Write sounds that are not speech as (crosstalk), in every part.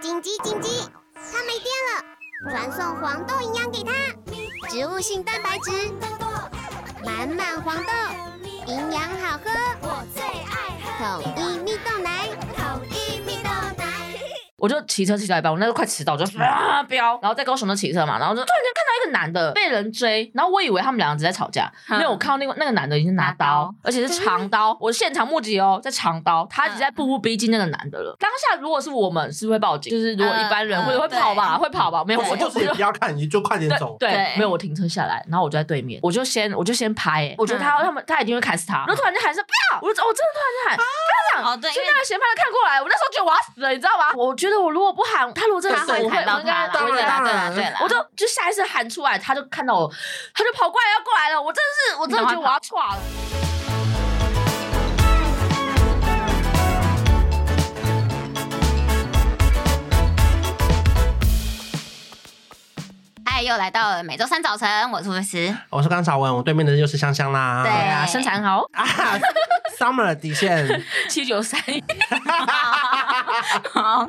紧急紧急！它没电了，传送黄豆营养给它，植物性蛋白质，满满黄豆，营养好喝，我最爱统一蜜豆奶，统一蜜豆奶。我就骑车骑到一半，我那时候快迟 (laughs) 到，我就啊飙，然后在高雄就骑车嘛，然后就突然间看到一个男的被人追，然后我以为他们两个只在吵架，嗯因为我看到那个那个男的已经拿拿刀刀，而且是长 (laughs) 刀，我现场目击哦，在长刀，他已经在步步逼近那个男的了。当下如果是我们是会报警，就是如果一般人嗯会会对跑吧，会跑吧，没有或我就或是你不要看，你就快点走。对对没有我停车下来，然后我就在对面，我就先我就先拍、欸我觉得他、嗯他们他一定会砍死他，然后突然间喊声不要，我就我真的突然间喊，哦，对，因就为那个嫌犯看过来，我那时候觉得我要死了，你知道吗？我觉得我如果不喊，他如果真的他死了，会我会砍到我应该他啦，我应对该啦当对然啦对啦，我就就下一次喊出来，他就看到我，他就跑过来要过来了，我真的是，我真的觉得我要垮了。哎，又来到了每周三早晨，我是 (laughs) 维斯，哦我是甘少文，我对面的就是香香啦。对对啊，身材很 (laughs) 好，啊，summer 的底线，七九三，好，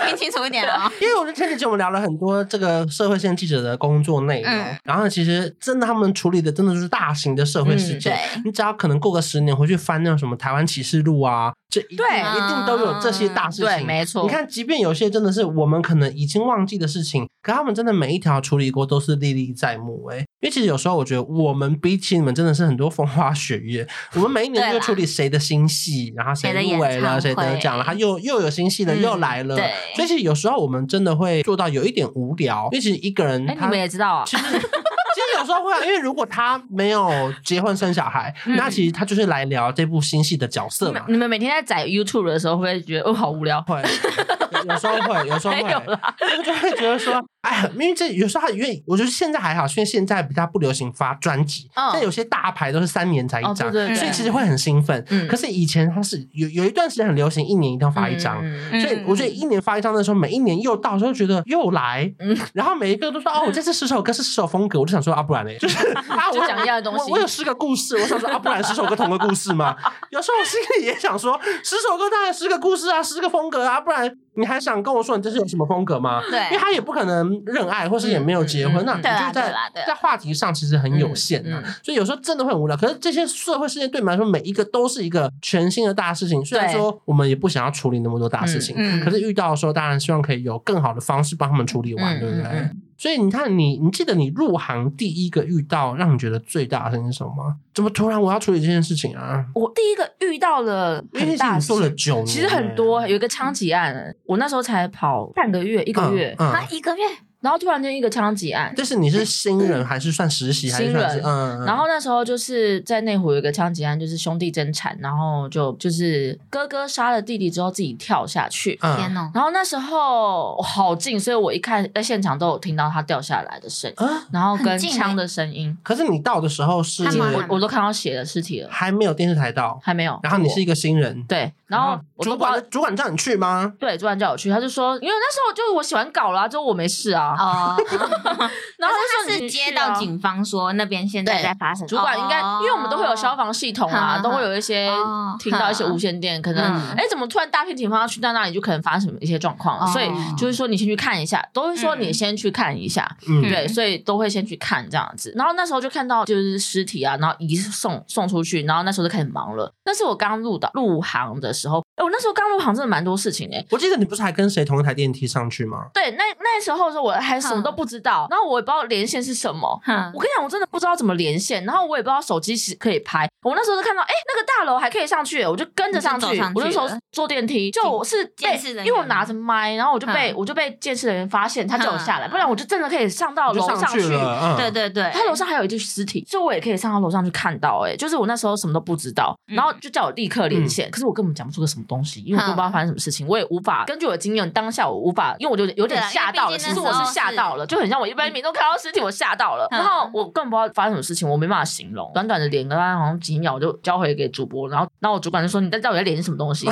要听清楚一点哦。因为我觉得前几集我们聊了很多这个社会线记者的工作内容，嗯然后其实真的他们处理的真的就是大型的社会事件，嗯对，你只要可能过个十年回去翻那种什么台湾启示录啊，这一定对一定都有这些大事对，情。没错。你，看，即便有些真的是我们可能已经忘记的事情，可他们真的每一条处理过都是历历在目、欸。因为其实有时候我觉得我们比起你们真的是很多风花雪月，我们每一年对就啦处理谁的新戏，然后谁谁的入围演了，唱谁得会奖了，他又又有新戏了，嗯又来了。对所以其实有时候我们真的会做到有一点无聊，因为其实一个人哎，你他们也知道啊，其实其实有时候会啊，因为如果他没有结婚生小孩，嗯那其实他就是来聊这部新戏的角色你们嘛。你们每天在载 YouTube 的时候，会不会觉得哦好无聊？会，有有时候会，有时 (laughs) 候没会，有啦，就会觉得说，哎，因为这有时候他因为我觉得现在还好，因为现在比较不流行发专辑，嗯但有些大牌都是三年才一哦，张，对对对，所以其实会很兴奋。嗯可是以前他是有有一段时间很流行，一年一定要发一张。嗯嗯嗯嗯所以我觉得一年发一张的时候，每一年又到，就觉得又来，嗯然后每一个都说哦，我这次十首歌是十首风格，我就想说啊，不然呢，就是啊，我就讲一样的东西我我有十个故事，我想说啊，不然十首歌同个故事嘛。有时候我心里也想说，十首歌当然十个故事啊，十个风格啊，不然你还想跟我说你这是有什么风格吗？对因为他也不可能认爱，或是也没有结嗯婚，嗯那嗯你对啦就在对啦啊对啦在话题上其实很有限啊。嗯嗯所以有时候真的会很无聊。可是这些社会事件对你们来说，每一个都是一个全新的大事情。虽然说我们也不想要处理那么多大事情，嗯嗯可是遇到的时候，当然希望可以有更好的方式帮他们处理完，嗯对不对？嗯嗯所以你看你，你记得你入行第一个遇到让你觉得最大的事情是什么吗？怎么突然我要处理这件事情啊？我第一个遇到了因为很大你的做了事九年，其实很多，有一个枪击案，我那时候才跑半个月一一个月，嗯啊，一个月，然后突然间一个枪击案，但是你是新人还是算实习还是算是嗯新人嗯，嗯然后那时候就是在内湖有一个枪击案，就是兄弟争产，然后就就是哥哥杀了弟弟之后自己跳下去。天嗯 (laughs) 哦，然后那时候我好近，所以我一看在现场都有听到他掉下来的声音，啊，然后跟很近欸枪的声音，可是你到的时候是他们我我都看到血的尸体了，还没有电视台到，还没有。然后你是一个新人，对，然后我都主不知道管主管叫你去吗？对主管叫我去，他就说，因为那时候就我喜欢搞啦，就我没事啊。 (laughs) 哦，然后就是说可他是你去接啊到警方说那边现在对在发生，主管应该，哦因为我们都会有消，防系统啊，哼哼都会有一些哦听到一些无线电，可能嗯哎、怎么突然大片警方要去到那里，就可能发生什么一些状况了，哦嗯所以就是说你先去看一下，都会说你先去看一下，嗯对，所以都会先去看这样子。然后那时候就看到就是尸体啊，然后移送送出去，然后那时候就开始忙了。那是我刚入的入行的时候，哎、我那时候刚入行真的蛮多事情哎、我记得你不是还跟谁同一台电梯上去吗？对，那那时候的时候我还什么都不知道，然后我也不知道连线是什么，哼我跟你讲，我真的不知道怎么连线，然后我也不知道手机是可以拍。我那时候就看到，哎、那个大楼还可以上去，我就跟着上去，你就走上去我了就说坐电梯，就我是被监视人，员因为我拿着麦，然后我就被、嗯我就被监视人员发现，他叫我下来，嗯不然我就真的可以上到我就楼上去。了，嗯对。对对，他楼上还有一具尸体，所以我也可以上到楼上去看到、哎，就是我那时候什么都不知道，嗯然后就叫我立刻嗯连线，可是我根本讲不出个什么东西，因为我都不知道发生什么事情，我也无法根据我的经验，当下我无法，因为我就有对点啊吓到因为了，毕其竟实那我时候是吓到了，就很像我一般民众看到尸体，我吓到了，嗯然后我根本不知道发生什么事情，我没办法形容，短短的连个大概好像几秒就交回给主播，然后然后我主管就说你在到底在连什么东 (laughs) 西？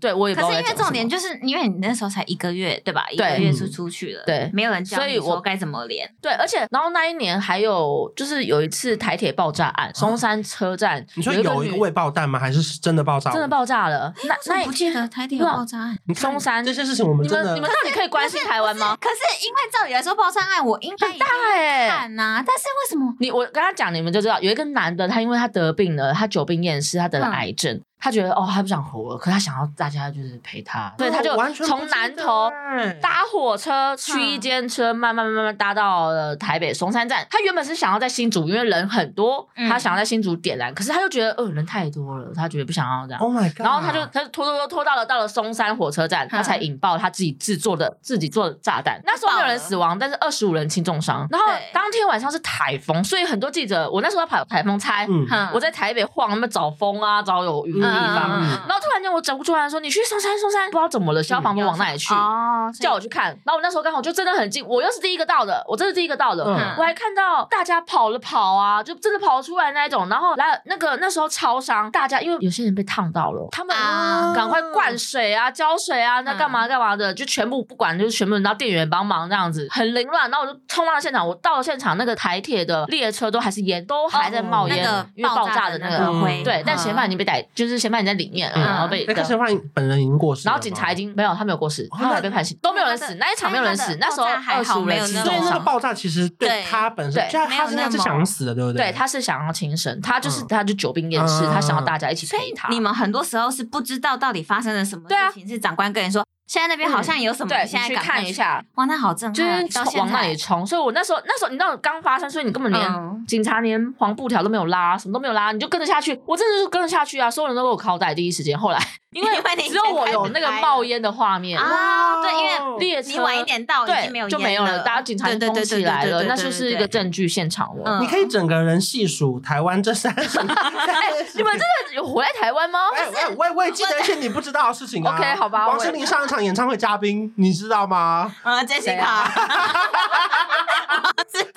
对我也不可知道我是在讲因为什么重点就是，因为你那时候才一个月，对吧？一个对嗯月就出去了，对没有人教所以你我说该怎么连，对，而且然后那一年还有就是有一次台铁爆炸案，松山车站啊你说有一个有一女个未爆弹吗？还是真的爆炸？真的。爆炸了。那那不记得台铁有爆炸案？你看中山这些事情，我们你真们的你们到底可以关心台湾吗？可是因为照理来说，爆炸案我应该很大哎、看呐、但是为什么？你我跟他讲，你们就知道，有一个男的，他因为他得病了，他久病厌世，他得了嗯癌症，他觉得哦，他不想活了，可他想要大家就是陪他，所以他就我哦完全不从记南得头哎搭火车嗯区一间车，慢慢慢慢搭到了台北松山站。他原本是想要在新竹，因为人很多，嗯他想要在新竹点燃，可是他就觉得呃人太多了，他觉得不想要这样。 ，Oh my god！然后他就他就拖拖拖拖到了到了松山火车站，他才嗯引爆他自己制作的自己做的炸弹。那时候没有人死亡，但是二十五人轻重伤。然后对当天晚上是台风，所以很多记者，我那时候要跑台风猜，嗯，哼我在台北晃，他们找风啊，找有云的地方。嗯嗯然后突然间我走过来说：“你去松山，松山，不知道怎么了，消防都往那里去。哦，叫我去看，然后我那时候刚好就真的很近，我又是第一个到的，我真的是第一个到的，嗯我还看到大家跑了跑啊，就真的跑出来那一种，然后来那个那时候超商，大家因为有些人被烫到了，他们啊赶快灌水啊、浇水啊，那干嘛干嘛的，就全部不管，就是全部然后店员帮忙这样子，很凌乱，然后我就冲到现场，我到了现场，那个台铁的列车都还是烟，都还在冒那烟，个因为爆炸的那那个，个灰，对，但嗯嫌犯已经被逮，就是嫌犯已经在里面了，嗯然后被哎，可的是发现本人已经过世了然吗，哦后警察已经没有，他没有过世，他后来被判刑，都没有人死，那一场没有人死，那时候还二十好五没人有死那所以那个伤。爆炸其实对对他本身，对就没他有现在那是么想死的，对不嗯对？对，他是想要轻生，他就是他就久病厌世，嗯他想要大家一起陪他。你们很多时候是不知道到底发生了什么对啊事情，是长官跟你说现在那边好像有什么，对，你现在你去赶快看一。下，哇，那好震就撼！啊到是现往那里在，冲。所以我那时候那时候你知道刚发生，所以你根本连嗯警察连黄布条都没有拉，什么都没有拉，你就跟着下去。我真的就是跟着下去啊，所有人都给我拷打第一时间。后来因为 (laughs) 因为 (laughs) 你只有我有那个冒烟的画面，啊，对，因哇为列车你晚一点到，已对经没有就没有烟了，大家警察对对封对起来了，那就是一个。对对对对对证据现场了。嗯你可以整个人细数台湾这三 (laughs) 十。哎，你们真的有回来台湾吗？哎，我我也我也记得一些你不知道的事情啊。 OK，好吧王我心凌上一场演唱会嘉宾，你知道吗？嗯，杰西卡，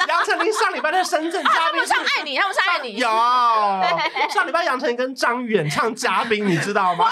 杨丞琳上礼拜在深圳嘉宾 (laughs) 他们爱你，他们是爱你有。上礼拜杨丞琳跟张远唱嘉宾，你知道吗？ (laughs)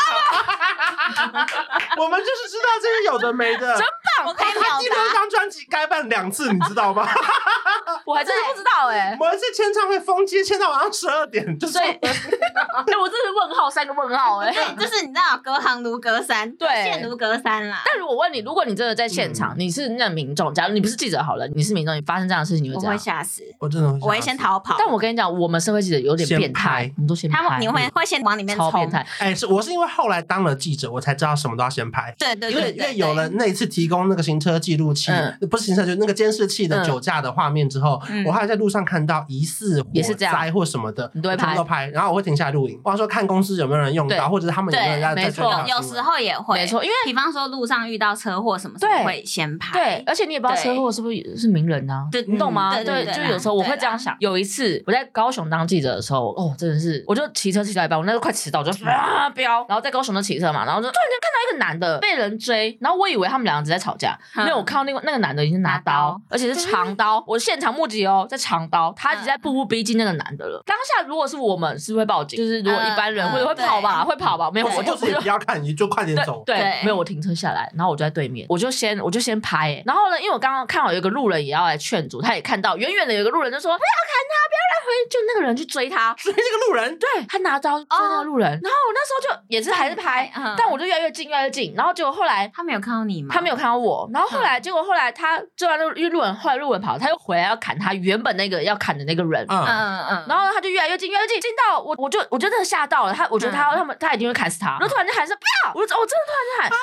我们就是知道这些有的没的。哎啊 (laughs) 我可以 (laughs) 表他第六达。张专辑该办两次，你知道吗？ (laughs) 我还真的不知道哎。我们是签唱会封街，签到晚上十二点，就是所 (laughs) 以，哎，我这是问号三个问号哎。对，就是你知道隔行如隔山，对现如隔山啦。但如果问你，如果你真的在现嗯场，你是那民众，假如你不是记者好了，你是民众，你发生这样的事情，你会我这会样？吓死，我真的我会先。逃跑。但我跟你讲，我们社会记者有点先变态拍，我们都先他拍们，你会会先往里面超冲，变态。哎、是我是因为后来当了记者，我才知道什么都要先拍。对对因为对因为对，有了那一次提供那个行车记录器，嗯不是行车记录，就那个监视器嗯的酒驾的画面之后，嗯我还在路上看到疑似火也是这样灾或什么的，你都会我全部拍都拍，然后我会停下来录影，或者说看公司有没有人用对到，或者是他们有没有人对在在没追错到有有时候也会，没错因为比方说路上遇到车祸什么，什么对会先拍，对，而且你也不知道车祸是不是是名人啊呐、对你懂吗？嗯对对就对有时候我会对啦这样想。有一次我在高雄当记者的时候，哦，真的是，我就骑车骑到一半，我那时候快迟 (laughs) 到，我就啊飙，然后在高雄就骑车嘛，然后就突然间看到一个男的被人追，然后我以为他们两个只在吵架，嗯没有，我看到那个那个男的已经拿拿刀刀，而且是长刀，我现场目击哦，在长刀，他已经嗯在步步逼近那个男的了。当下如果是我们，是不是会报警？就是如果一般人嗯会嗯会跑吧，会跑吧，没有，或我者就或者也不要看，你就快点走。对对对，没有，我停车下来，然后我就在对面，我就先我就先拍、欸然后呢，因为我刚刚看好有一个路人也要来劝阻，他也看到远远的有一个路人就说不要砍他，不要来回，就那个人去追他，所以这个路人，对他拿刀追那个路人，然后我那时候就也是还是拍，嗯但我就越来越近越来越近，然后结果后来。他没有看到你吗？他没有看到我，然后后来、结果后来他追完路，因为路人后来路人跑，他又回来要砍他原本那个要砍的那个人，嗯，嗯嗯，嗯嗯，然后呢他就越来越近，越来越近，近到我我就我就真的吓到了，他我觉得他、嗯他们他一定会砍死他，然后突然间喊声不要，我就我真的突然间喊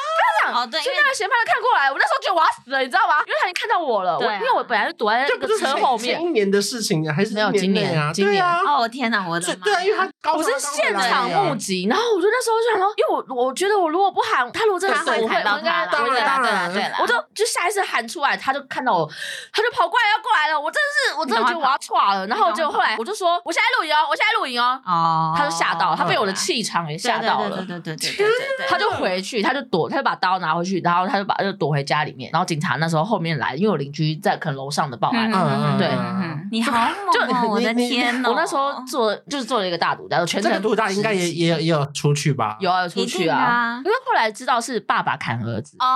哦对，因就为那个嫌犯看过来，我那时候觉得我要死了，你知道吗？因为他已经看到我了，我对因啊为我本来就躲在这那个不就是车后面，今年的事情啊，还是没有今年内啊？今年对啊，哦天哪，我所以的妈对啊，因为他高我中是刚回现来啊场呀目击，然后我就那时候就想说，因为我我觉得我如果不喊他，如果真的他死，会我会砍到我应该他啦，当我然应该对啦当对然啦对啦，我就就下意识喊出来，他就看到我，他就跑过来要过来了，我真的是我真的觉得我要岔了，然后就后来我就说我现在录影哦，我现在录影哦，哦，他就吓到，他被我的对气场给吓到了对。对对对对对对对，他就回去，他就躲，他就把刀拿回去，然后他就把就躲回家里面。然后警察那时候后面来，因为我邻居在可能楼上的报案，嗯对嗯你好猛就哦，我的你你天哪！我那时啊候做就是做了一个大毒然后全这个程杜大应该也也也有出去吧？有啊有出一去定啊，啊因，为后来知道是爸爸砍儿子，哦，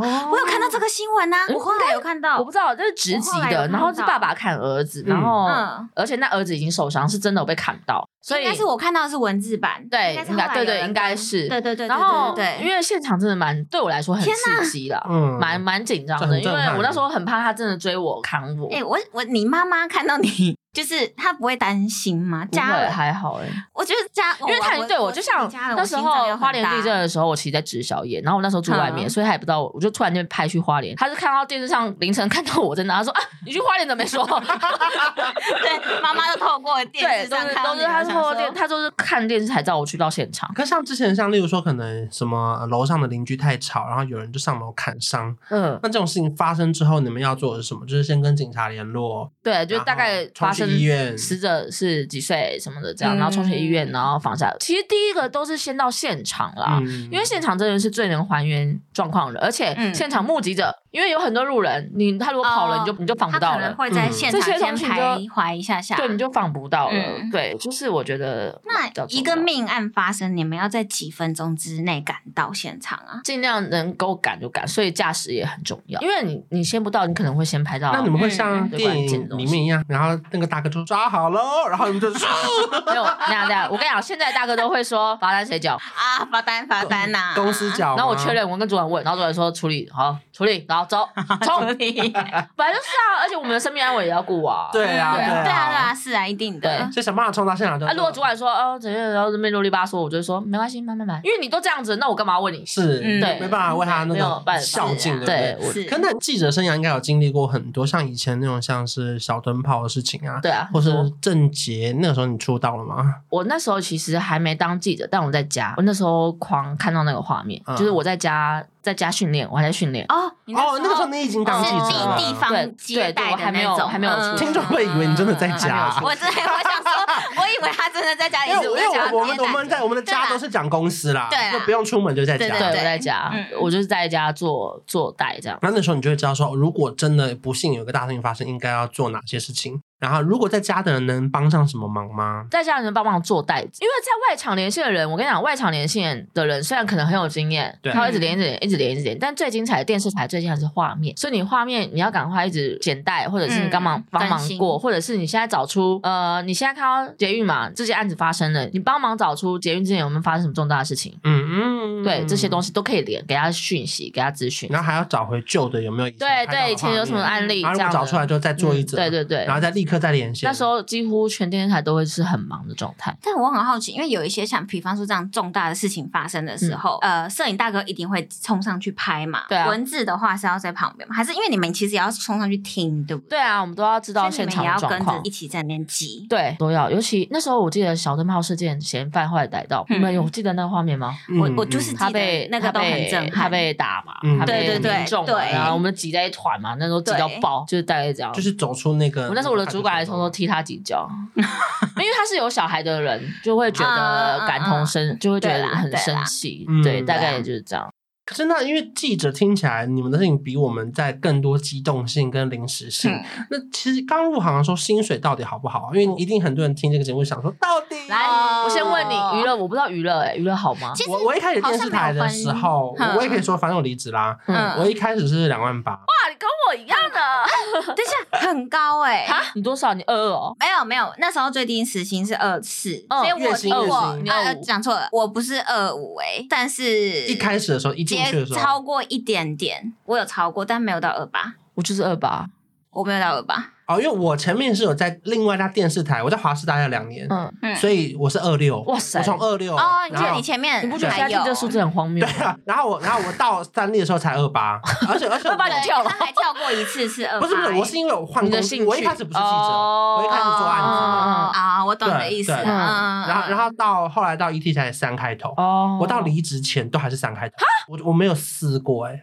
哦我有看到这个新闻呐，嗯我后来有看到，我不知道这是直哦我级后来有的，看然后是到爸爸砍儿子，嗯然后嗯而且那儿子已经受伤，是真的有被砍到，所以应该是我看到的是文字版，对，是应后该来对有对，人应该跟是对对对对然后对对对因为现场真的蛮对我来说很天哪刺激的，嗯蛮蛮紧张这的，很因震为撼欸我那时候很怕他真的追我砍我。哎、我我你妈妈看到你， (laughs) 就是她不会担心吗？不会家人，还好哎、我觉得家，哦因为他已经对我，就像那时候花莲地震的时候，我其实在值小夜，然后我那时候住外面，嗯所以他也不知道我，我就突然间派去花莲，他就看到电视上凌晨看到我在那，他说啊，你去花莲怎么没说？ (laughs) 对，妈妈就透过电对，视都上是看都是他透过电，视，他都是看电视才知道我去到现场。可像之前像例如说，可能什么呃楼上的邻居太吵，然后有人就上楼砍伤，嗯，那这种事情发生之后，你们要做的是什么？就是先跟警察联络，对，就然后大概冲发去生医院死者是几岁什么的这样，嗯然后冲去医院，然后放下。其实第一个都是先到现场啦，嗯因为现场真的是最能还原状况的，而且嗯现场目击者，因为有很多路人，你他如果跑了，哦你就你就访不他到可能了，会在嗯现这场些先东西徘就徊一下下。对，你就访不到了。嗯对，就是我觉得比较那重一个要命案发生，你们要在几分钟之内赶到现场啊？尽量能够赶就赶，所以驾驶也很重要，因为你你先不到，你可能会先拍到。那你们会嗯像最电关键影的东里西面一样，然后那个大哥就抓好喽，然后你 (laughs) 们就没有那样那样，我跟你讲，现在大哥都会说罚单谁缴，啊，罚单罚单呐、公司脚。然后我确，认，我跟主管问，然后主管说处理好，处理，然后 (laughs) 走冲，合理。 (laughs) 对啊本来就是啊，而且我们的生命安危也要顾啊。对啊，对啊对啊，啊，是啊，一定的对。就想办法冲到现场就。啊，如果主管说哦怎样，然后这边啰里吧嗦，我就说没关系，慢慢来，因为你都这样子，那我干嘛问你？是，嗯对没办法为他那没有办种法孝敬，不对对？，我是可那记者生涯应该有经历过很多，像以前那种像是小灯泡的事情啊，对啊，或我是郑杰，那个时候你出道了吗？我那时候其实还没当记者，但我在家，我那时候狂看到那个画面，嗯就是我在家在家训练，我还在训练。哦，你哦，那个时候是你已经当记者了，地地方对接待对对我的还没那有种，还没有嗯出听众会以为你真的在嗯嗯嗯家 (laughs) 嗯 (laughs) 我真的我想说，我以为他真的在家里，因为是我因在家为我我接们待我们在我们的家对啦都是讲公司啦，对啦就不用出门就在家。啊对，我对在家，嗯我就是在家做做代这样。然后那时候你就会知道说，如果真的不幸有一个大事情发生，应该要做哪些事情。然后，如果在家的人能帮上什么忙吗？在家人帮忙做代，因为在外场连线的人，我跟你讲，外场连线的人虽然可能很有经验，对他会一直嗯连、一直连、一直连、一直连，但最精彩的电视台最精彩的是画面，所以你画面你要赶快一直剪带，或者是你帮忙嗯帮忙更新过，或者是你现在找出呃，你现在看到捷运嘛，这件案子发生了，你帮忙找出捷运之前有没有发生什么重大的事情，嗯嗯，对，这些东西。西都可以连，给他讯息，给他资讯，然后还要找回旧的，有没有？对对，以前有什么案例然后这如样果找出的，来嗯之后再做一则，对对对然，后再立刻再连线。那时候几乎全电视台都会是很忙的状态。但我很好奇，因为有一些像，比方说这样重大的事情发生的嗯时候，呃，摄影大哥一定会冲上去拍嘛。对啊文字的话是要在旁边嘛，还是因为你们其实也要冲上去听，对不对对？啊，我们都要知道所以现你们场也的要状跟着况一。起在那边挤。对，都要。尤其那时候，我记得小灯泡事件嫌犯后来逮到，嗯你们有记得那个画面吗？嗯我我就是嗯记他得被那个都他很被震撼。他被打嘛，嗯他对被对对民众嘛，对然后我们挤在一团嘛，那时候挤到对爆，就是大概这样。就是走出那个。我那时候我的主管嗯还偷偷踢他几脚， (laughs) 因为他是有小孩的人，就会觉啊得啊感同啊身，就会觉对得啦很对啦生气嗯。对，大对啊概就是这样。可是那因为记者听起来，你们的事情比我们在更多机动性跟临时性。嗯那其实刚入行的时候，薪水到底好不好啊？因为一定很多人听这个节目想说，到底来我先问你，娱乐我不知道娱乐，哎，娱乐好吗？其实我我一开始电视台的时候好像没有，分我也可以说，反正我离职啦。嗯我一开始是两万八，哇，你跟我一样的 (laughs) 等一下很高哎、啊？你多少？你二二哦？没有没有，那时候最低时薪是二次，哦所以我月薪听我月薪哦啊25讲错了，我不是二五哎，但是一开始的时候一进去接的时候，超过一点点，我有超过，但没有到二八，我就是二八。我没有到二八，哦，因为我前面是有在另外一家电视台，我在华视待了两年，嗯，嗯，所以我是二六，哇塞我从二六哦，你记然得后你前面你不觉得还现在有听这数字很荒谬对吗？啊， (laughs) 然后我然后我到三立的时候才 (laughs) 二八，而且而且我二八你跳了他还跳过一次是二哦不是不是，我是因为我换你的工作兴趣我一开始不是记者，呃哦我一开始做案子，嗯嗯嗯啊，我懂你的意思，对对嗯，然后然后到后来到 ET 才三开头，哦我到离职前都还是三开头，我我没有四过哎、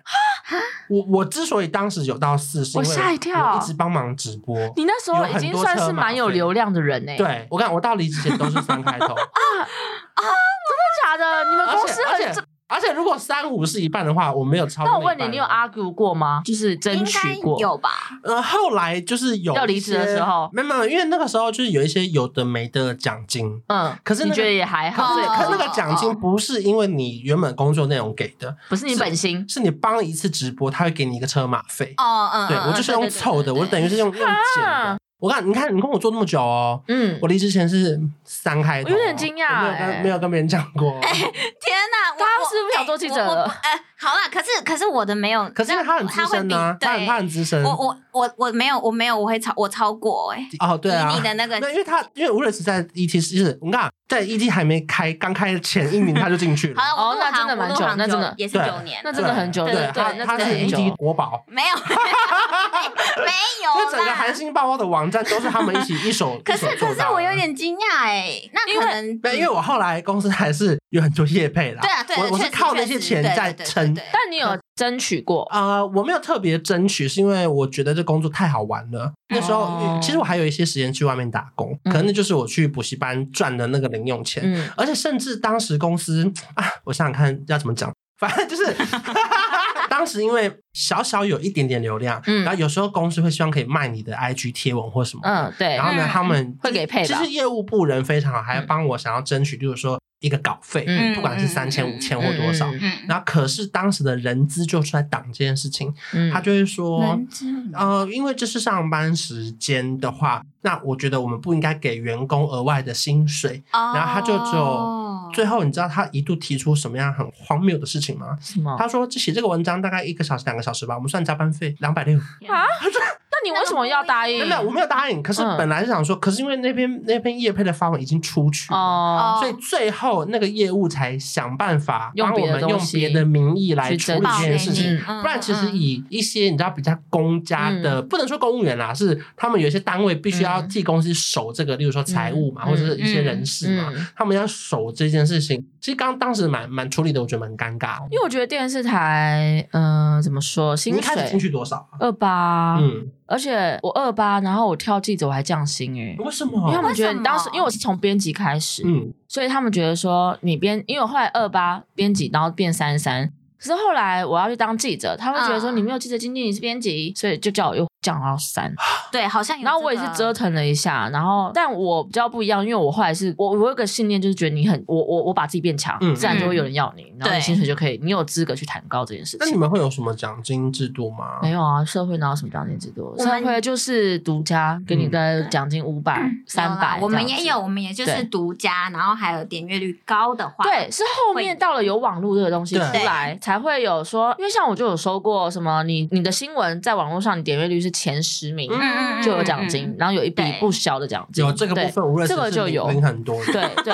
我我之所以当时有到四，是因为我吓一跳我一直帮忙直播。你那时候已经算是蛮有流量的人呢、欸，真的对，我看我到离职前都是三 (laughs) 开头，假的？你们而公且司而很且而且如果三五是一半的话，我没有超过那那我问你，你有啊 argue 过吗？就是争嗯应取该过？有吧？呃，后来就是有要一离职的些时候没有没有，因为那个时候就是有一些有的没的奖金，嗯，可是那你个觉得也还好，可是哦可是那个奖金不是因为你原本工作内容给的，不是你本心。是你帮一次直播，他会给你一个车马费。哦，嗯，对嗯我就是用凑的，我等于是用用减的。我看，你看，你跟我做那么久哦，嗯，我离职前是三开头哦，我有点惊讶我没有欸跟没有跟别人讲过。哦天哪，我大家我是不是想做记者哎我了我哎，好啦，可是可是我的没有，可是因为他很资深啊，他他会很比他很资深。对，我我我我没有，我没有，我会超我超过哎，哦，对啊，以你的那个那因为他因为吴磊是在 ET 是，我看在 ET 还没开刚开前一年他就进去 (laughs) 了，好了，我哦入那真行的蛮我入久行那真久的也是对九年了，那真的很久，对对他那他真的是很久。 ET (laughs) 国宝，(laughs) 没有没有这整个啦。韩星爆包的网站都是他们一起 (laughs) 一手。可一是手做可是到的我有。点惊讶哎，那可能对，因为我后来公司还是有很多业配啦。对啊对啊我我是确实靠那确些实钱对在对对撑对对但你有争取过，呃，我没有特别争取，是因为我觉得这工作太好玩了。嗯那时候、嗯哦其实我还有一些时间去外面打工，嗯可能那就是我去补习班赚的那个零用钱。嗯，而且甚至当时公司啊，我想想看要怎么讲， (laughs) 反正就是当时因为小小有一点点流量，嗯然后有时候公司会希望可以卖你的 IG 贴文或什么，嗯，对然，后呢，嗯他们会给配其吧实业务部人非常好，还嗯帮我想要争取，就是说一个稿费，嗯不管是嗯三千、嗯五千或多少。嗯嗯，然后，可是当时的人资就出来挡这件事情，嗯，他就会说人，之呃，因为这是上班时间的话，那我觉得我们不应该给员工额外的薪水，然然后他就只哦有最后，你知道他一度提出什么样很荒谬的事情吗？什么？他说：“这写这个文章大概一个小时、两个小时吧，我们算加班费两百 (laughs) 六。啊？那你为什么要答应没？有，我没有答应。可是嗯本来是想说，可是因为那篇那篇叶配的发文已经出去了，哦，所以最后那个业务才想办法用帮我别的们用东西别的名义来去处争理取这件事情。嗯不然其实以一些你知道比较公家的，不能说公务员啦，是他们有一些单位必须要替公司守这个，例如说财务嘛，嗯或者是一些人事嘛，嗯他们要守这件事情。其实刚当时蛮蛮处理的，我觉得蛮尴尬。因为我觉得电视台，嗯、怎么说，你一薪开始进水去多少啊？二八、嗯，而且我二八，然后我跳记者我还降薪哎、为什因为他么？们觉得为什你么当时，因为我是从编辑开始，嗯，所以他们觉得说你编，因为我后来二八编辑，然后变三三，可是后来我要去当记者，他们觉得说啊你没有记者经济，你是编辑，所以就叫我又降到三。对，好像有这个。然后我也是折腾了一下，然后但我比较不一样，因为我后来是我我有个信念，就是觉得你很我我我把自己变强，嗯自然就会有人要你，然后你对薪水就可以，你有资格去谈高这件事那情你。们会有什么奖金制度吗？没有啊，社会哪有什么奖金制度？我社们嗯会就是独家给你的奖金五百、三有啦百，我们也有，。我们也就是对独家，然后还有点阅率高的话，对，是后面到了有网络这个东西出对来，才会有说，因为像我就有收过什么，你你的新闻在网络上你点阅率是前十名、嗯嗯，嗯嗯就有奖金，嗯然后有一笔对不小的奖金，有这个部对分，无论这个就有领很多的。对对， (laughs)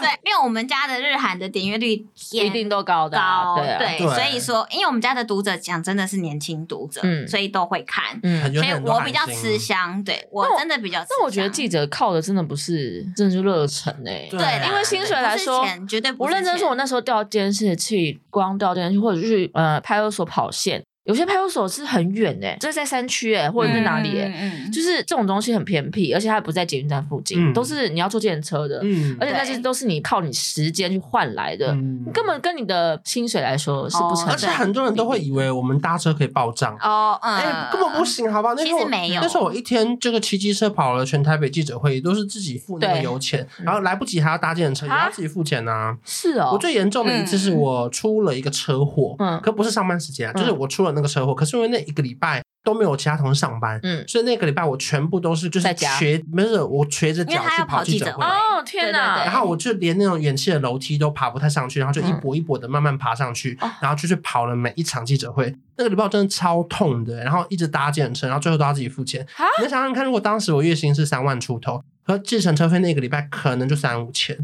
(laughs) 对，因为我们家的日韩的点阅率一也定都高的啊、高，对啊，对所以说，因为我们家的读者讲真的是年轻读者，嗯所以都会看，很嗯。有所以很多我韩比较星吃香，对我啊那我真的比较吃香。那我觉得记者靠的真的不是，真的是热忱哎、对对，因为薪水来说不是钱绝对不我是认真钱说，我那时候调监视器，光调监视器，或者去呃派出所跑线，有些派出所是很远哎、这是在山区哎、或者是哪里哎、嗯嗯嗯就是这种东西很偏僻，而且它不在捷运站附近，嗯都是你要坐电车的，嗯而且那对些都是你靠你时间去换来的，嗯根本跟你的薪水来说是不哦成而正且比。很多人都会以为我们搭车可以报账，哦，嗯，哎、根本不行，好不好？那其时候实没有那时候我一天这个骑机车跑了全台北记者会，都是自己付那个对油钱，然后来不及还要搭计程车，也啊要自己付钱呐、是哦，我最严重的一次是我出了一个车祸，嗯可不是上班时间啊，嗯就是我出了那个车祸，可是因为那一个礼拜都没有其他同事上班。嗯，所以那个礼拜我全部都是就是在家瘸，没有我瘸着因脚为他去要跑记记者者会会，哦天哪，对对对然后我就连那种远气的楼梯都爬不太上去，然后就一嗯跛一跛的慢慢爬上去，哦然后就去跑了每一场记者会。那个礼拜我真的超痛的，然后一直搭计程车，然后最后都要自己付钱。啊你能想想看，如果当时我月薪是三万出头，和计程车费那个礼拜可能就三五千，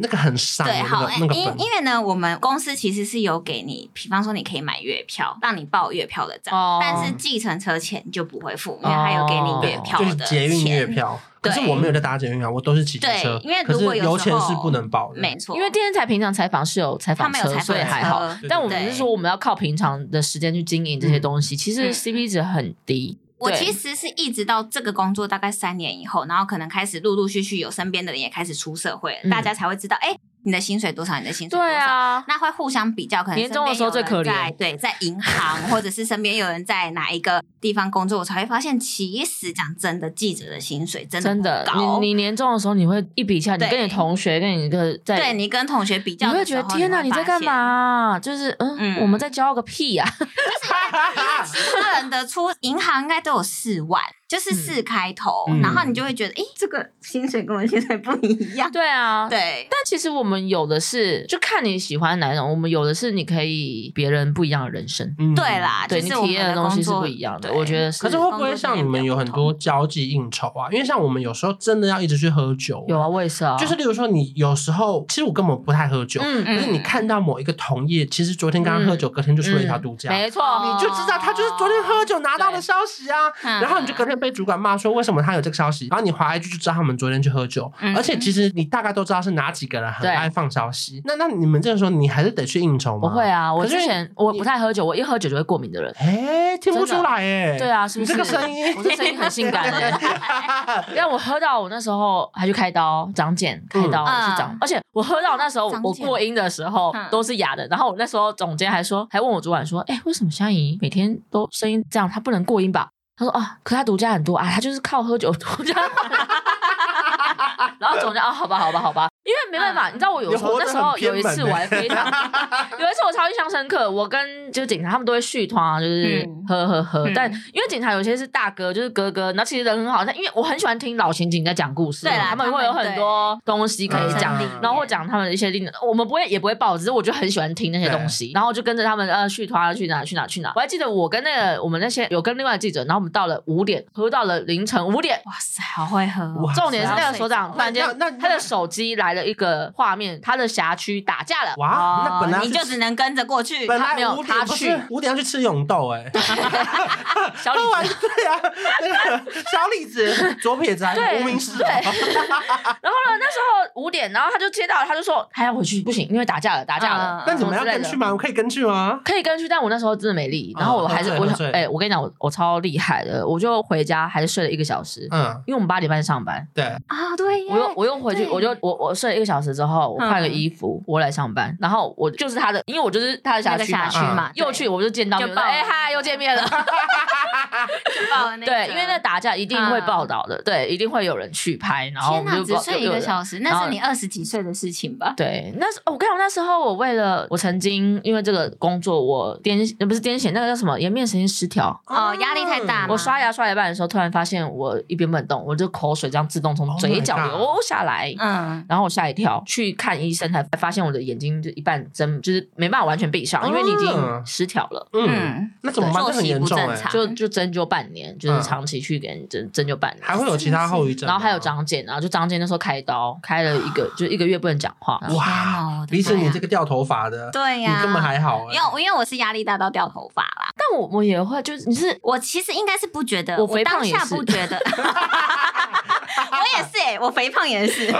那个很伤的对，好，那哎个那个因本因。为呢，我们公司其实是有给你，比方说你可以买月票，让你报月票的账，哦但是计程车钱就不会付，因为它有给你月票就是的捷运钱月。票，可对是我没有在搭捷运啊，我都是骑机车。对因为可如是果有油时钱候是不能报的。没错，因为电视台平常采访是有采他访们有采所以访还好。车对但我们对是说，我们要靠平常的时间去经营这些东西，其实嗯 CP 值很低。我对其实是一直到这个工作大概三年以后，然后可能开始陆陆续续有身边的人也开始出社会了，嗯大家才会知道，哎、你的薪水多少，你的薪水多对少。啊，那会互相比较，可能年终的时候最可怜身边有人在对，在银行或者是身边有人在哪一个地方工作，我才会发现，其实讲真的，记者的薪水真的真真的，高。你你年终的时候，你会一比一下，你对跟你同学，跟你的在，对你跟同学比你较会的觉时候，得天哪，你在干？嘛？就是嗯，嗯我 (laughs) 们在骄傲个屁呀！其他人的出银行应该都有四万，就是四开头，嗯然后你就会觉得，诶，这个薪水跟我的薪水不一样。对嗯啊，。对，但其实我们有的是，就看你喜欢哪一种。我们有的是你可以别人不一样的人生，嗯对。啦，对啊就你是我体们验的东西是工作不一样的。对我觉得是，可是会不会像你们有很多交际应酬啊？因为像我们有时候真的要一直去喝酒，有啊，我也是啊，就是例如说你有时候其实我根本不太喝酒，嗯嗯可是你看到某一个同业，其实昨天刚刚喝酒，隔天就出了一条独家，没错，哦你就知道他就是昨天喝酒拿到的消息啊。嗯然后你就隔天被主管骂说为什么他有这个消息，然后你划 IG 就知道他们昨天去喝酒，嗯而且其实你大概都知道是哪几个人很对爱放消息。那那你们这个时候你还是得去应酬不吗？会。啊。我可是之前我不太喝酒，我一喝酒就会过敏的人。哎，听不出来哎。对，啊，是你不这是？个声 (laughs) 音，我这声音很性感 (laughs) 的。让我喝到我那时候还去开刀长茧，开刀嗯是长，而且我喝到那时候长我茧过音的时候嗯都是哑的，然后我那时候总监还说，还问我主管说，哎、为什么香姨每天都声音这样，她不能过音吧？他说啊，可她独家很多啊，她就是靠喝酒独 (laughs) 家。然后总监啊，好吧，好吧，好吧，因为没办嗯法，你知道我有时候你活得那时候很偏有一次门我还欸非常， (laughs) 有一次我超印象深刻，我跟就是警察他们都会续团啊，就是嗯喝喝喝，嗯但因为警察有些是大哥，就是哥哥，那其实人很好，但因为我很喜欢听老刑警在讲故事，对啦他们会有很多东西可以讲嗯，然后讲他们的一些历，我们不会也不会报，只是我就很喜欢听那些东西，然后就跟着他们呃去团啊去哪去哪去哪。我还记得我跟那个我们那些有跟另外的记者，然后我们到了五点，喝到了凌晨五点。哇塞，好会喝哦、 (laughs) 哇重点是那个所长突然间那那，那他的手机来了一个画面，他的辖区打架了，哇，那本来哦你是就只能跟着过去。本他没来有五点他不去是五点要去吃永豆 (laughs) 哎，小李喝完子对啊，那个小李子 (laughs) 左撇子还是对无名氏哦，然后呢，那时候五点，然后他就接到了，他就说他要回去，不行，因为打架了，打架了。嗯那你们要跟去吗？我可以跟去吗？可以跟去，但我那时候真的没力，然后我啊还是、哦喝我醉想喝醉，哎、我跟你讲，我我超厉害的，我就回家还是睡了一个小时，嗯，因为我们八点半上班，对，啊，对耶，我又我又回去，对嗯我就我我睡了一个小时之后，我换个衣服，我来上班，然后我就是他的，因为我就是他的那辖个区辖嘛，区嗯嘛，又对去我就见到就面，爆了哎嗨，又见面了，就报了 (laughs) 那对，因为那个嗯打架一定会报道的，对，一定会有人去拍，然后我天们就只报睡一有个人小时，然那后是你二十几岁的事情吧？对，那时哦我跟你讲，那时候我为了我曾经因为这个工作，我癫呃不是癫痫，那个叫什么颜面神经失调。哦，压力太啊大嘛。我刷牙刷到一半的时候，突然发现我一边不能动，我就口水这样自动从 Oh my 嘴角 God 流下来。嗯，然后我吓一跳，去看医生才发现我的眼睛就一半睁，就是没办法完全闭上，因为你已经嗯失调了，嗯，嗯，那怎么办？作那很息严不重正哎，常，就就针灸半年，就是嗯长期去给人针针灸半年，还会有其他后遗症吗，啊然后还有长茧，然后就长茧那时候开刀，开了一个就一个月不能讲话，然后哇，比起你这个掉头发的，哦对呀、你根本还好哎因为我因为我是压力大到掉头发啦，但我我也会就是你是我其实应该是不觉得，我我肥胖当也下是不觉 (laughs) 得，我也是哎、我肥胖也 (laughs) 是，就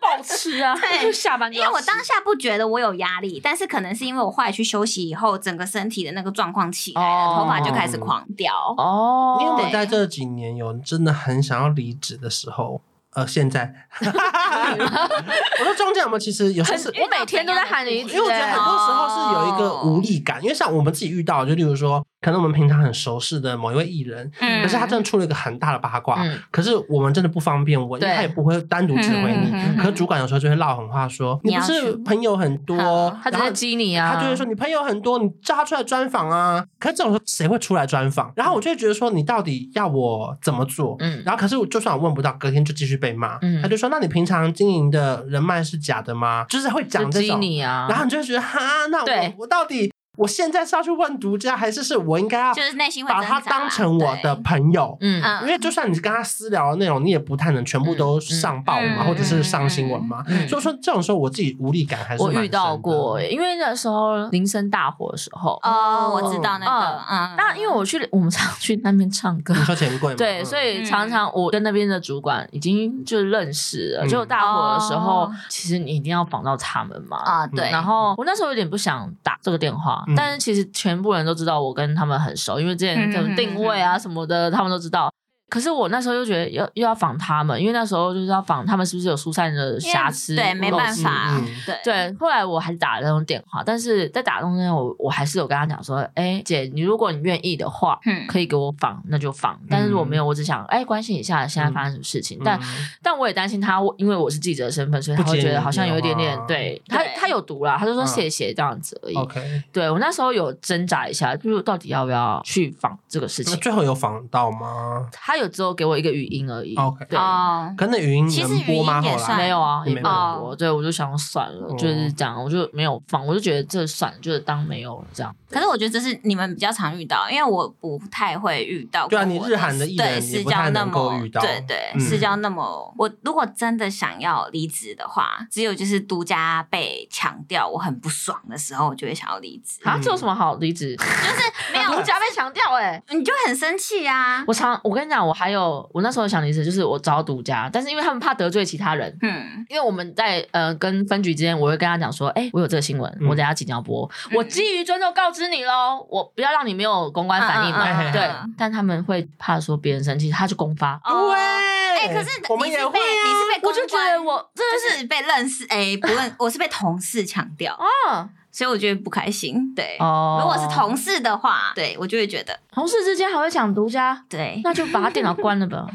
暴吃啊， (laughs) 对就下班就因要为我吃当下不觉得我有压力，但是可能是因为我后来去休息以后，整个身体的那个状况起来了，哦头发就开始狂掉。哦，你有没有对在这几年有真的很想要离职的时候？呃，(laughs) 现在，我说中间有没有？其实有些很是，我每天都在喊你一因次为我觉得很多时候是有一哦个无力感，因为像我们自己遇到，就例如说，可能我们平常很熟识的某一位艺人，嗯可是他真的出了一个很大的八卦，嗯可是我们真的不方便问，因为对他也不会单独指挥嗯你。嗯嗯嗯可是主管有时候就会唠狠话说，你你不要是去朋友很多，他只然后是激你啊，他就会说你朋友很多，你叫他出来专访啊。可是这种时候谁会出来专访？然后我就会觉得说，你到底要我怎么做？嗯然后可是我就算我问不到，隔天就继续被骂。嗯他就说，那你平常经营的人脉是假的吗？就是会就讲这激种，你啊，然后你就会觉得哈，那我对我到底我现在是要去问独家，还是是我应该要就是内心会把他挣扎当成我的，朋友？嗯对嗯，因为就算你跟他私聊的内容，你也不太能全部都上报嘛，嗯嗯或者是上新闻嘛。嗯所以说这种时候，我自己无力感还是我蛮遇到深的过欸，因为那时候林森大火的时候，哦，我知道那个，嗯，那因为我去我们常去那边唱歌你。说钱 (laughs) 柜吗？对，嗯所以常常我跟那边的主管已经就认识了，嗯就大火的时候哦，其实你一定要绑到他们嘛。啊，对，嗯然后我那时候有点不想打这个电话，嗯但是其实全部人都知道我跟他们很熟，因为之前嗯什么定位啊什么的，他们都知道。可是我那时候又觉得要又要仿他们，因为那时候就是要仿他们是不是有疏散的因为瑕疵，对，没办法嗯嗯，对对，后来我还是打了那种电话，但是在打中间我我还是有跟他讲说，哎、姐，你如果你愿意的话，嗯可以给我访，那就访。但是如果没有，我只想哎、关心一下现在发生什么事嗯嗯情。但但我也担心他，我因为我是记者的身份，所以他不会接觉得你好像有一点点电话对他对他有毒啦，他就说嗯哦谢谢这样子而已。 OK，对我那时候有挣扎一下，就是到底要不要去访这个事那情。最后有访到吗？他有有只有给我一个语音而已。 OK 对，哦，可能语音其实能播吗？语音也后来算没有啊，也也没没有办播法对，我就想算了，哦就是这样，我就没有放，我就觉得这算了，就是当没有这样。可是我觉得这是你们比较常遇到，因为我不太会遇到过我。对啊你日韩的艺人对也私不太交那能够么遇到对对，嗯私交那么。我如果真的想要离职的话，只有就是独家被强调我很不爽的时候，我就会想要离职。嗯啊，这有什么好离职？就是没有独，家被强调哎、你就很生气啊。我常我跟你讲，我还有我那时候想离职，就是我找独家，但是因为他们怕得罪其他人。嗯，因为我们在呃跟分局之间，我会跟他讲说，哎、我有这个新闻，嗯我等一下几点要播，嗯我基于尊重告知你喽，我不要让你没有公关反应嘛，嗯嗯嗯嗯对嗯。但他们会怕说别人生气，他就公发，哦哎哎、可是我们你是也被会啊你是被我公就觉关得我真的，就是是被认识，哎、不论我是被同事强调，嗯，所以我觉得不开心。对，哦如果是同事的话，对我就会觉得，同事之间还会讲独家，对，那就把他电脑关了 (laughs) 吧。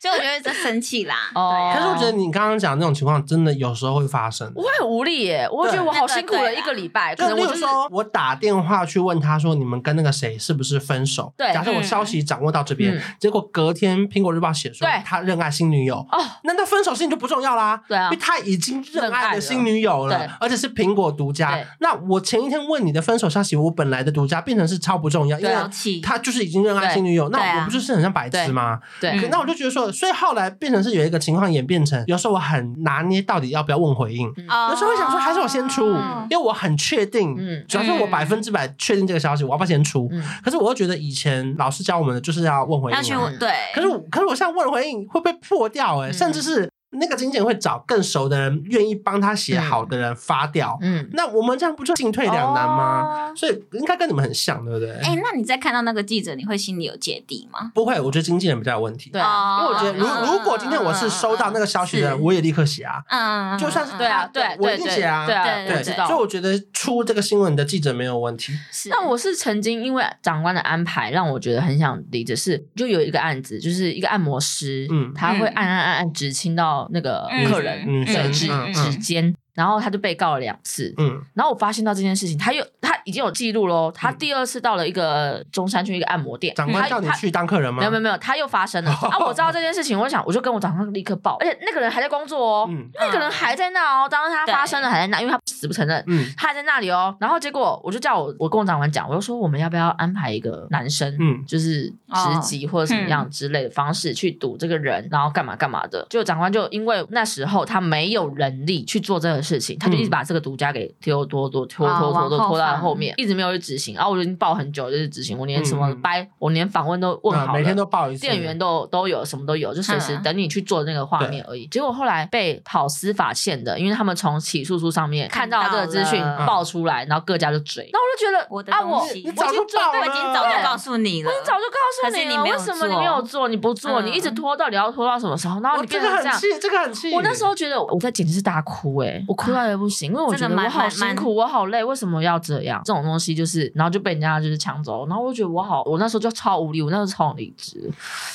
所以我就会在生气啦。哦对啊可是我觉得你刚刚讲的那种情况，真的有时候会发生。我会很无力耶，我会觉得我好辛苦了一个礼拜，可就能例我如就是说，我打电话去问他说：“你们跟那个谁是不是分手？”对假设我嗯消息掌握到这边，嗯结果隔天《苹果日报》写说对他认爱新女友，哦，那那分手事情就不重要啦。对啊因为他已经认认爱爱了的新女友对了，而且是苹果独家对。那我前一天问你的分手消息，我本来的独家变成是超不重要，因为啊小气，他就是已经认爱新女友，对那啊我不就是很像白痴吗？对可嗯那我就觉得说，所以后来变成是有一个情况演变成，有时候我很拿捏到底要不要问回应，有有时候会想说还是我先出，哦因为我很确定，嗯主要是我嗯百分之百确定这个消息，我要不要先出？嗯，可是我又觉得以前老师教我们的就是要问回应要啊，去问对，可是我可是我现在问回应会被破掉哎、嗯甚至是那个经纪人会找更熟的人，愿意帮他写好的人发掉。嗯，那我们这样不就进退两难吗？所以应该跟你们很像，对不对？哦哎、那你在看到那个记者，你会心里有芥蒂吗？不会，我觉得经纪人比较有问题。对啊，因为我觉得，如嗯如果今天我是收到那个消息嗯的嗯嗯人，我也立刻写啊。嗯，就算是对啊，对我对一定对写啊对对啊，对我知对所以道。我觉得出这个新闻的记者没有问题。是那我是曾经因为长官的安排，让我觉得很想离职。是就有一个案子，就是一个按摩师，嗯他会按按按按指亲到那个客人，嗯对嗯指嗯指尖，然后他就被告了两次。嗯然后我发现到这件事情，他又他已经有记录喽。他第二次到了一个中山区一个按摩店，长官嗯他叫你他去当客人吗？没有没有没有，他又发生了 (laughs) 啊！我知道这件事情，我就想我就跟我长官立刻报，而且那个人还在工作哦，嗯那个人还在那哦，当时他发生了还在那，因为他死不承认。嗯他还在那里哦，然后结果我就叫我我跟我长官讲，我就说我们要不要安排一个男生，嗯就是哦职级或者嗯什么样之类的方式去堵这个人，然后干嘛干嘛的。就长官就因为那时候他没有人力去做这个事情，他就一直嗯把这个独家给拖拖拖拖哦拖拖往拖后拖到放后面，一直没有去执行。然后我就已经报很久就是执行，我连什么嗯嗯掰，我连访问都问啊好了，每天都报一次。店员都都有，什么都有，就随时嗯等你去做那个画面而已。结果后来被跑司法线的，因为他们从起诉书上面看看到到这个资讯了爆出来，然后各家就追。那我就觉得，我的啊，我东我已西经你早就准报备了我已经早就告诉你了，我已经早就告诉可是你你了，没有为什么做你没有做？你不做，嗯你一直拖，到底要拖到什么时候？然后哦你这变个成这很样。气，这个很气。我那时候觉得我在简直是大哭哎、我哭到也不行，因为我觉真得的蛮我好蛮辛苦，我好累，为什么要这样？这种东西就是，然后就被人家就是抢走，然后我就觉得我好，我那时候就超无力，我那时候超想离职，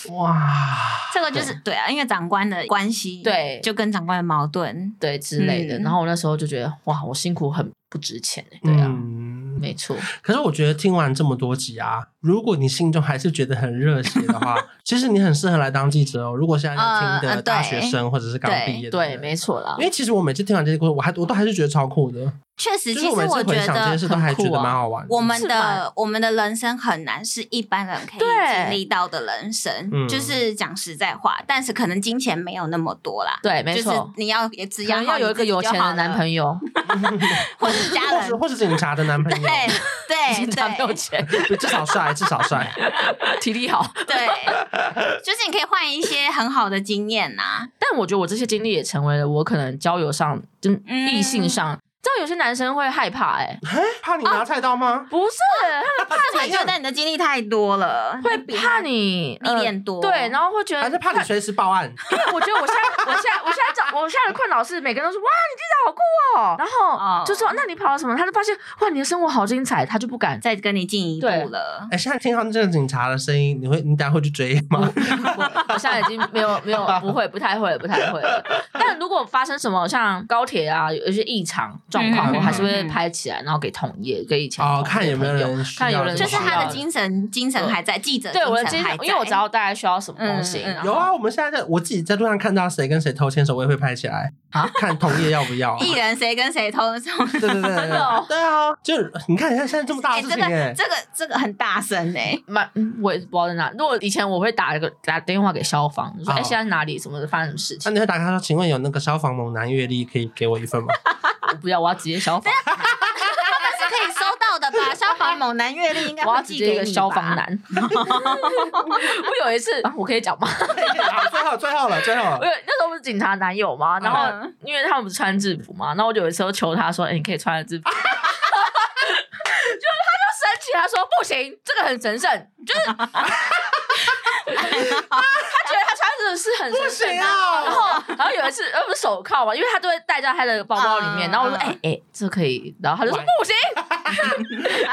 哇，这个就是对啊，因为长官的关系，对就跟长官的矛盾，对之类的。嗯然后我那时候就觉得，哇，我辛苦很不值钱、欸，对啊，嗯没错，可是我觉得听完这么多集啊，如果你心中还是觉得很热血的 (laughs) 话，其实你很适合来当记者哦。如果现在在听呃的呃大学生或者是刚对毕业嗯的对，人，没错啦因。为其实我每次听完这些故事，我还我都还是觉得超酷的，确实，就其是实我每次我回觉想这得件事都还觉得很酷啊蛮好玩的。我们是吧的我们的人生很难是一般人可以对经历到的人生，嗯就是讲实在话，但是可能金钱没有那么多啦。对，没就是错。你要也只可能要要有一个有钱的男友，朋 (laughs) 友，或是家或 (laughs) 人是，或是警察的男朋友，对对经常没有对钱，至少帅，至少 (laughs) 帅。体力好。对，就是你可以换一些很好的经验 (laughs) 呐。但我觉得我这些经历也成为了我可能交友上，就嗯异性上，知道有些男生会害怕、哎，嘿怕你拿菜刀吗？不是，怕 (laughs) 你觉得你的经历太多了，会比怕你历练多呃对，然后会觉得还是怕你随时报 (laughs) 案？因为我觉得我现在我现在我现在找我现在的困扰是，每个人都说哇你记者好酷 (laughs) 哦，然后哦就说那你跑了什么，他就发现哇你的生活好精彩，他就不敢再再跟你进一步对了。哎，现在听到这个警察的声音，你会你等下会去追 (laughs) 吗？我现在已经没有没有不会不太会不太 (laughs) 会了。但如果发生什么像高铁啊有一些异常状况，嗯我还是会拍起来，然后给统业给以前同，哦业看有没有朋友人需看有要人这就是个是他要呃的精神精神还在，记者对我的精精神神还，在因为我知道大家需要什么东西。嗯嗯然后有啊，我们现在在我自己在路上看到谁跟谁偷牵手，我也会拍起来啊看同业要不 (laughs) 要、啊。艺人谁跟谁偷什么。对对真对对的哦对对啊！就是你看，你看现在这么大哎、的事这情哎、欸个这个这个很大声哎、 (laughs) 蛮，嗯我也不知道在哪。如果以前我会打一个打电话给消防，就说哦哎、现在哪里什么发生什么事那、情？你会打开说，请问有那个消防猛男阅历可以给我 (laughs) 一份吗？我不要，我要直接消防，是可以收到的吧？消防猛男阅历应该我要会直寄接一给个你消防吧。男。 (laughs) 我有一次，啊我可以讲吗？好最后最后了，最后我了。有那时候不是警察男友嘛，然后嗯因为他们不是穿制服嘛，然后我有一次就求他说：“哎、你可以穿制服。” (laughs) 就是他就生气，他说：“不行，这个很神圣。”就是 (laughs) 他觉得他穿制服是很不神行圣的。然哦啊！后，然后有一次，呃，不是手铐嘛，因为他都会带在他的包包里面。嗯然后我说：“嗯哎、哎、这可以。”然后他就说：“玩不行，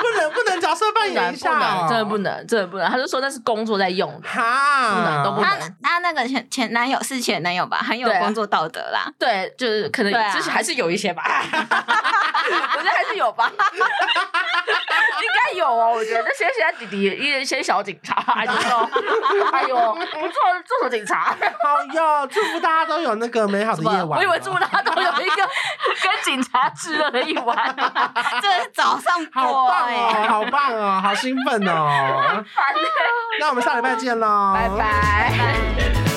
不能不能角色扮不能啊不演一能，下，真的不能，真的不能。”他就说那是工作在用的。哈，不能都不能他他那个前前男友是前男友吧，很有对啊工作道德啦。对，就是可能对啊之前还是有一些吧， (laughs) 我觉得还是有吧，应该有哦。我觉得那些现在弟弟一些小警 (laughs) 察，哎呦，哎呦，不做做做警察，好哟，祝福大家都有那个美好的夜晚。啊我以为祝大家都有一个跟警察炙热的一 (laughs) 晚，这是早 (laughs) 上播、好棒哎哦，好棒哦，好兴奋哦！ (laughs) 烦欸那我们下礼拜见喽，拜拜。